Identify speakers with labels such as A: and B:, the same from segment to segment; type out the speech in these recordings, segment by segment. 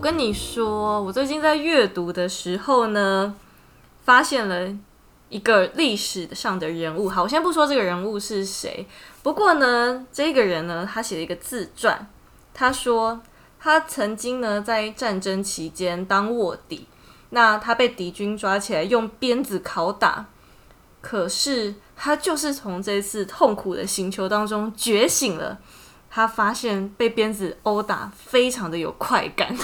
A: 跟你说，我最近在阅读的时候呢，发现了一个历史上的人物。好，我先不说这个人物是谁，不过呢，这个人呢，他写了一个自传，他说他曾经呢在战争期间当卧底，那他被敌军抓起来用鞭子拷打，可是他就是从这次痛苦的刑求当中觉醒了。他发现被鞭子殴打非常的有快感，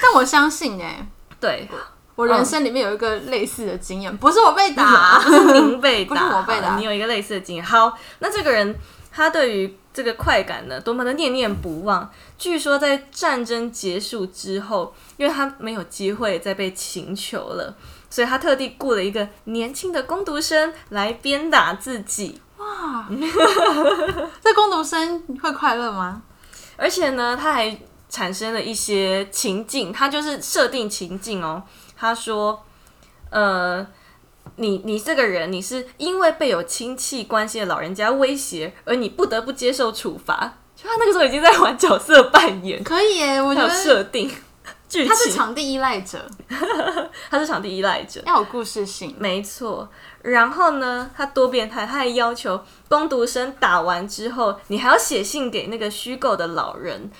B: 但我相信哎、
A: 对，
B: 我
A: 嗯
B: 人生里面有一个类似的经验，不是我被打，啊
A: 是您被打，
B: 不是我啊被打
A: 好你有一个类似的经验。好，那这个人他对于这个快感呢，多么的念念不忘。据说在战争结束之后，因为他没有机会再被请求了，所以他特地雇了一个年轻的攻读生来鞭打自己。
B: 这攻读生会快乐吗？
A: 而且呢，他还产生了一些情境，他就是设定情境哦。他说，呃，你你这个人，你是因为被有亲戚关系的老人家威胁，而你不得不接受处罚。就他那个时候已经在玩角色扮演，
B: 可以耶、我
A: 他
B: 觉
A: 有
B: 得
A: 设定剧
B: 他是
A: 情，
B: 场地依赖者，
A: 他是场地依赖者。
B: 要有故事性。
A: 没错，然后呢，他多变态，他还要求攻读生打完之后，你还要写信给那个虚构的老人，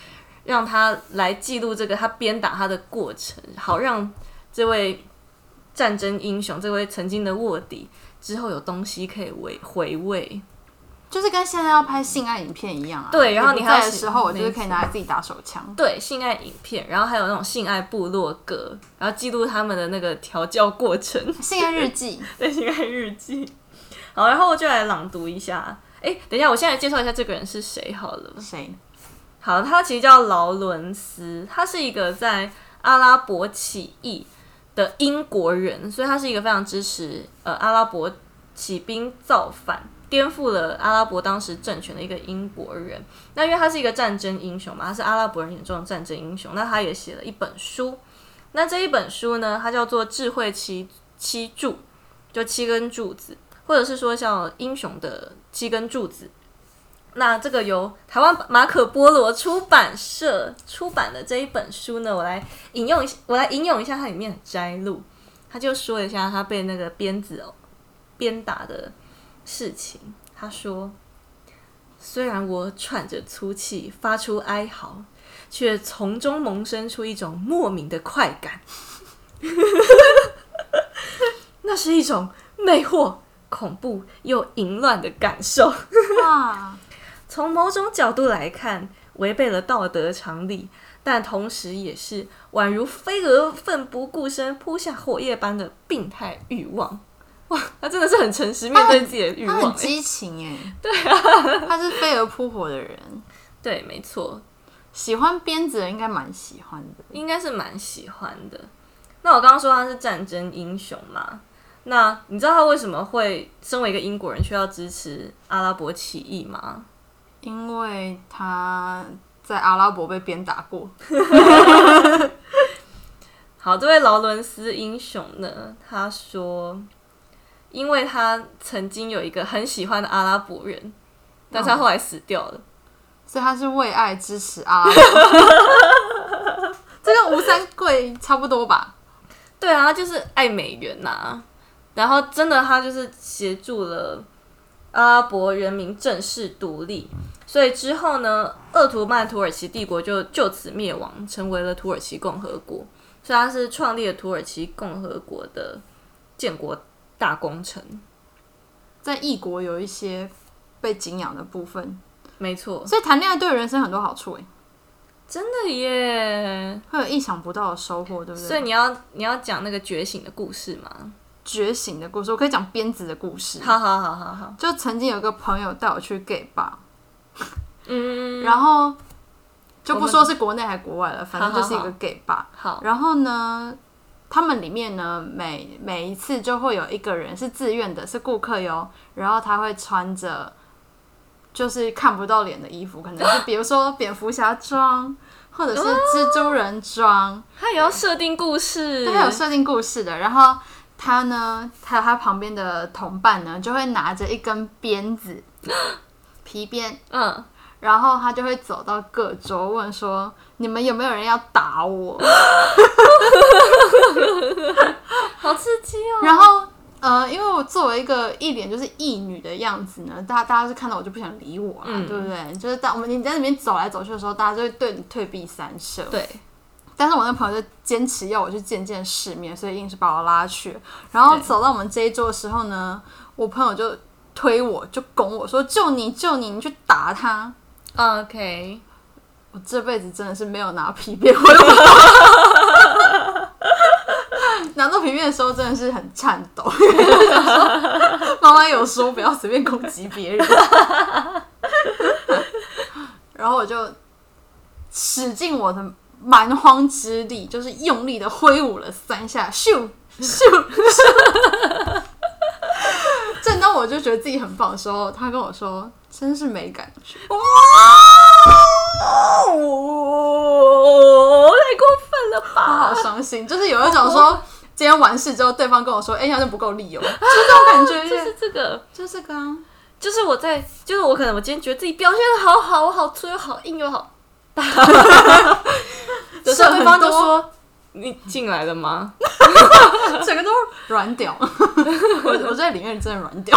A: 让他来记录这个他鞭打他的过程，好让这位战争英雄，这位曾经的卧底之后有东西可以回回味。
B: 就是跟现在要拍性爱影片一样啊。
A: 对然后你
B: 不
A: 还要
B: 在的
A: 写
B: 时候，我就是
A: 没
B: 可以拿来自己打手枪。
A: 对，性爱影片，然后还有那种性爱部落格，然后记录他们的那个调教过程。
B: 性爱日记，
A: 对，性爱日记。好，然后我就来朗读一下。哎，等一下，我现在介绍一下这个人是谁好了。
B: 谁？
A: 好，他其实叫劳伦斯，他是一个在呃阿拉伯起义的英国人，所以他是一个非常支持呃阿拉伯起兵造反。颠覆了阿拉伯当时政权的一个英国人，那因为他是一个战争英雄嘛，他是阿拉伯人眼中的战争英雄。那他也写了一本书，那这一本书呢，它叫做《智慧七七柱》，就七根柱子，或者是说像英雄的七根柱子。那这个由台湾马可波罗出版社出版的这一本书呢，我来引用一下，我来引用一下它里面的摘录。他就说一下他被那个鞭子哦鞭打的事情。他说：“虽然我喘着粗气，发出哀嚎，却从中萌生出一种莫名的快感。 那是一种魅惑、恐怖又淫乱的感受。”
B: 哇，
A: 从某种角度来看，违背了道德常理，但同时也是宛如飞蛾奋不顾身扑向火焰般的病态欲望。哇，他真的是很诚实面对自己的欲
B: 他
A: 望
B: 很
A: 欸、
B: 激 情哎。对啊，他是飞蛾扑火的人，
A: 对，没错，
B: 喜欢鞭子的人应该蛮喜欢的。
A: 应该是蛮喜欢的。那我刚刚说他是战争英雄嘛？那你知道他为什么会身为一个英国人却要支持阿拉伯起义吗？
B: 因为他在阿拉伯被鞭打过，
A: 好，这位劳伦斯英雄呢，他说，因为他曾经有一个很喜欢的阿拉伯人，但是他后来死掉了。
B: 所以他是为爱支持阿拉伯。这跟吴三桂差不多吧？
A: 对啊，他就是爱美元呐、然后真的，他就是协助了阿拉伯人民正式独立，所以之后呢，鄂图曼土耳其帝国就就此灭亡，成为了土耳其共和国。所以他是创立了土耳其共和国的建国大功臣。
B: 在异国有一些被敬仰的部分，
A: 没错，
B: 所以谈恋爱对人生很多好处哎，
A: 真的耶！
B: 会有意想不到的收获，对不对？
A: 所以你要你要讲那个觉醒的故事吗？
B: 觉醒的故事，我可以讲鞭子的故事。
A: 好好好好好，
B: 就曾经有个朋友带我去 gay 吧，
A: 嗯，
B: 然后就不
A: 我们
B: 说是国内还是国外了，反正就是一
A: 好
B: 个
A: 好
B: gay 吧。
A: 好，
B: 然后呢，他们里面呢，每每一次就会有一个人是自愿的，是顾客哟，然后他会穿着就是看不到脸的衣服，可能是比如说蝙蝠侠装。或者是
A: 哦
B: 蜘蛛人装，
A: 他也要设定故事，
B: 对，他有设定故事的。然后他呢，还有他旁边的同伴呢，就会拿着一根鞭子，皮鞭，
A: 嗯，
B: 然后他就会走到各桌问说：“你们有没有人要打我？”
A: 好刺激 哦！
B: 然后呃，因为我作为一个一脸就是义女的样子呢，大家大家是看到我就不想理我啊，
A: 嗯
B: 对不对？就是当我们你在那边走来走去的时候，大家就会对你退避三舍。
A: 对，
B: 但是我那朋友就坚持要我去见见世面，所以硬是把我拉去。然后
A: 对
B: 走到我们这一桌的时候呢，我朋友就推我，就拱我说：“就你，就你，你去打他。”
A: 啊 OK，
B: 我这辈子真的是没有拿皮鞭挥过。 拿到皮鞭的时候真的是很颤抖， 妈妈有说不要随便攻击别人， 然后我就使尽我的蛮荒之力，就是用力的挥舞了三下，咻咻 咻。正当我就觉得自己很棒的时候，他跟我说：“真是没感觉。”
A: 哇哦，太过分了
B: 我
A: 吧！
B: 好伤心，就是有一种说今天完事之后，对方跟我说：“哎、你好像不够力哦。”就这种感觉，
A: 就是这个，
B: 就这个啊。
A: 就是我在，就是我可能我今天觉得自己表现的好好，我好粗又好硬又 好大，的时候对方就说：“你进来了 吗
B: 整个都软 屌。我我在里面真的软屌，？”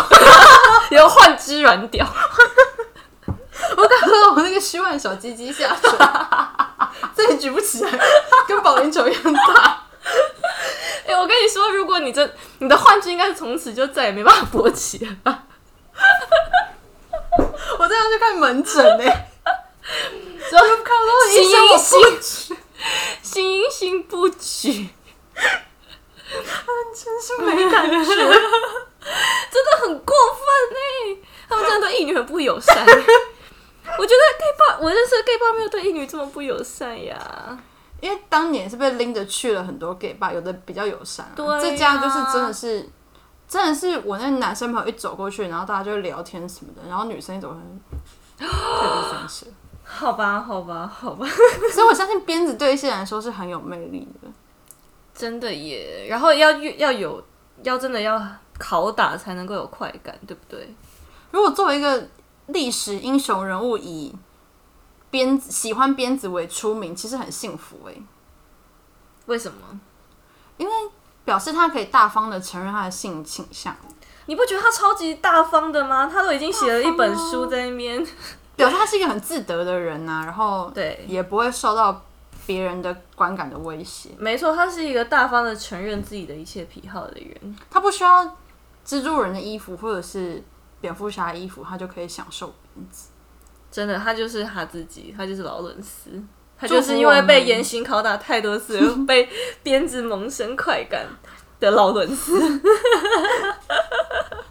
A: 有换只软屌，
B: 我感觉我那个虚幻小鸡鸡下垂， 再也举不起来，跟保龄球一样 大。
A: 哎、我跟你说，如果你这你的幻肢应该是从此就再也没办法勃起了吧。
B: 我这样去看门诊欸呢、
A: 只要看到
B: 医生我
A: 不举，行行不 举，啊
B: 真是没感觉。
A: 真的很过分呢、他们真的对异女很不友善。欸我觉得 gay 爸，我认识的 gay 爸没有对异女这么不友善呀。
B: 因为当年是被拎着去了很多 gay 吧，有的比较友善、啊，
A: 对啊
B: 这家就是真的是，真的是我那男生朋友一走过去，然后大家就聊天什么的，然后女生一走过去， 特别三十。
A: 好吧，好吧，好吧，
B: 所以我相信鞭子对一些人来说是很有魅力的，
A: 真的耶。然后要要有，要真的要拷打才能够有快感，对不对？
B: 如果作为一个历史英雄人物以鞭子喜欢鞭子为出名，其实很幸福欸诶、
A: 为什么？
B: 表示他可以大方的承认他的性倾向，
A: 你不觉得他超级大方的吗？他都已经写了一本书在那边，
B: 表示他是一个很自得的人啊呐、然后
A: 对
B: 也不会受到别人的观感的威胁。
A: 没错，他是一个大方的承认自己的一切癖好的人。
B: 他不需要蜘蛛人的衣服或者是蝙蝠侠的衣服，他就可以享受鞭子。
A: 真的，他就是他自己，他就是劳伦斯，他
B: 祝福
A: 就是因为
B: 我
A: 被
B: 们
A: 严刑拷打太多次，而被鞭子萌生快感的劳伦斯。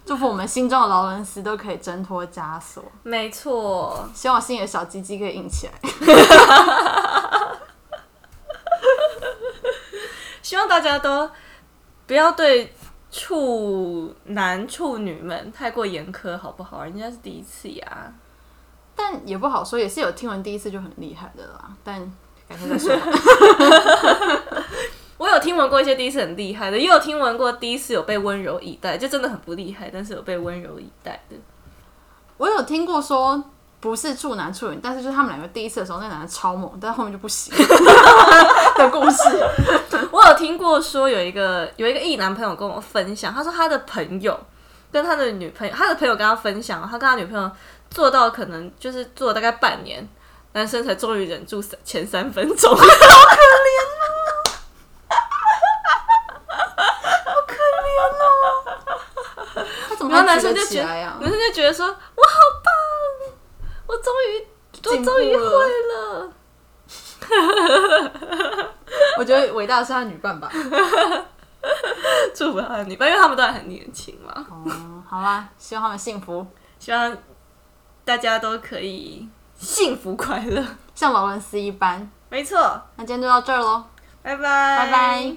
B: 祝福我们心中的劳伦斯都可以挣脱枷锁，
A: 没错，
B: 希望我心里的小鸡鸡可以硬起来。
A: 希望大家都不要对处男处女们太过严苛，好不好？人家是第一次呀。
B: 但也不好说，也是有听闻第一次就很厉害的啦。但改天再说。
A: 我有听闻过一些第一次很厉害的，也有听闻过第一次有被温柔以待，就真的很不厉害，但是有被温柔以待的。
B: 我有听过说不是处男处女，但是就是他们两个第一次的时候，那男的超猛，但后面就不 行的故事。
A: 我有听过说有一个有一个异男朋友跟我分享，他说他的朋友跟他的女朋友，他的朋友跟他分享，他跟他女朋友做到可能就是做了大概半年，男生才终于忍住三前三分钟。
B: 他怎么
A: 然后
B: 还
A: 男
B: 举
A: 生
B: 得
A: 就
B: 起
A: 觉得，啊
B: 来啊呀、
A: 男生就觉得说：“我好棒，我终于，
B: 进
A: 我
B: 步
A: 终于
B: 了
A: 会了。
B: 我觉得伟大的是他的女 伴吧。
A: 祝福他的女伴，因为他们都还很年轻嘛，
B: 哦，好啦，希望他们幸福，
A: 希望大家都可以幸福快乐。
B: 像劳伦斯一般。
A: 没错，
B: 那今天就到这儿喽，
A: 拜拜，
B: 拜
A: 拜
B: 拜。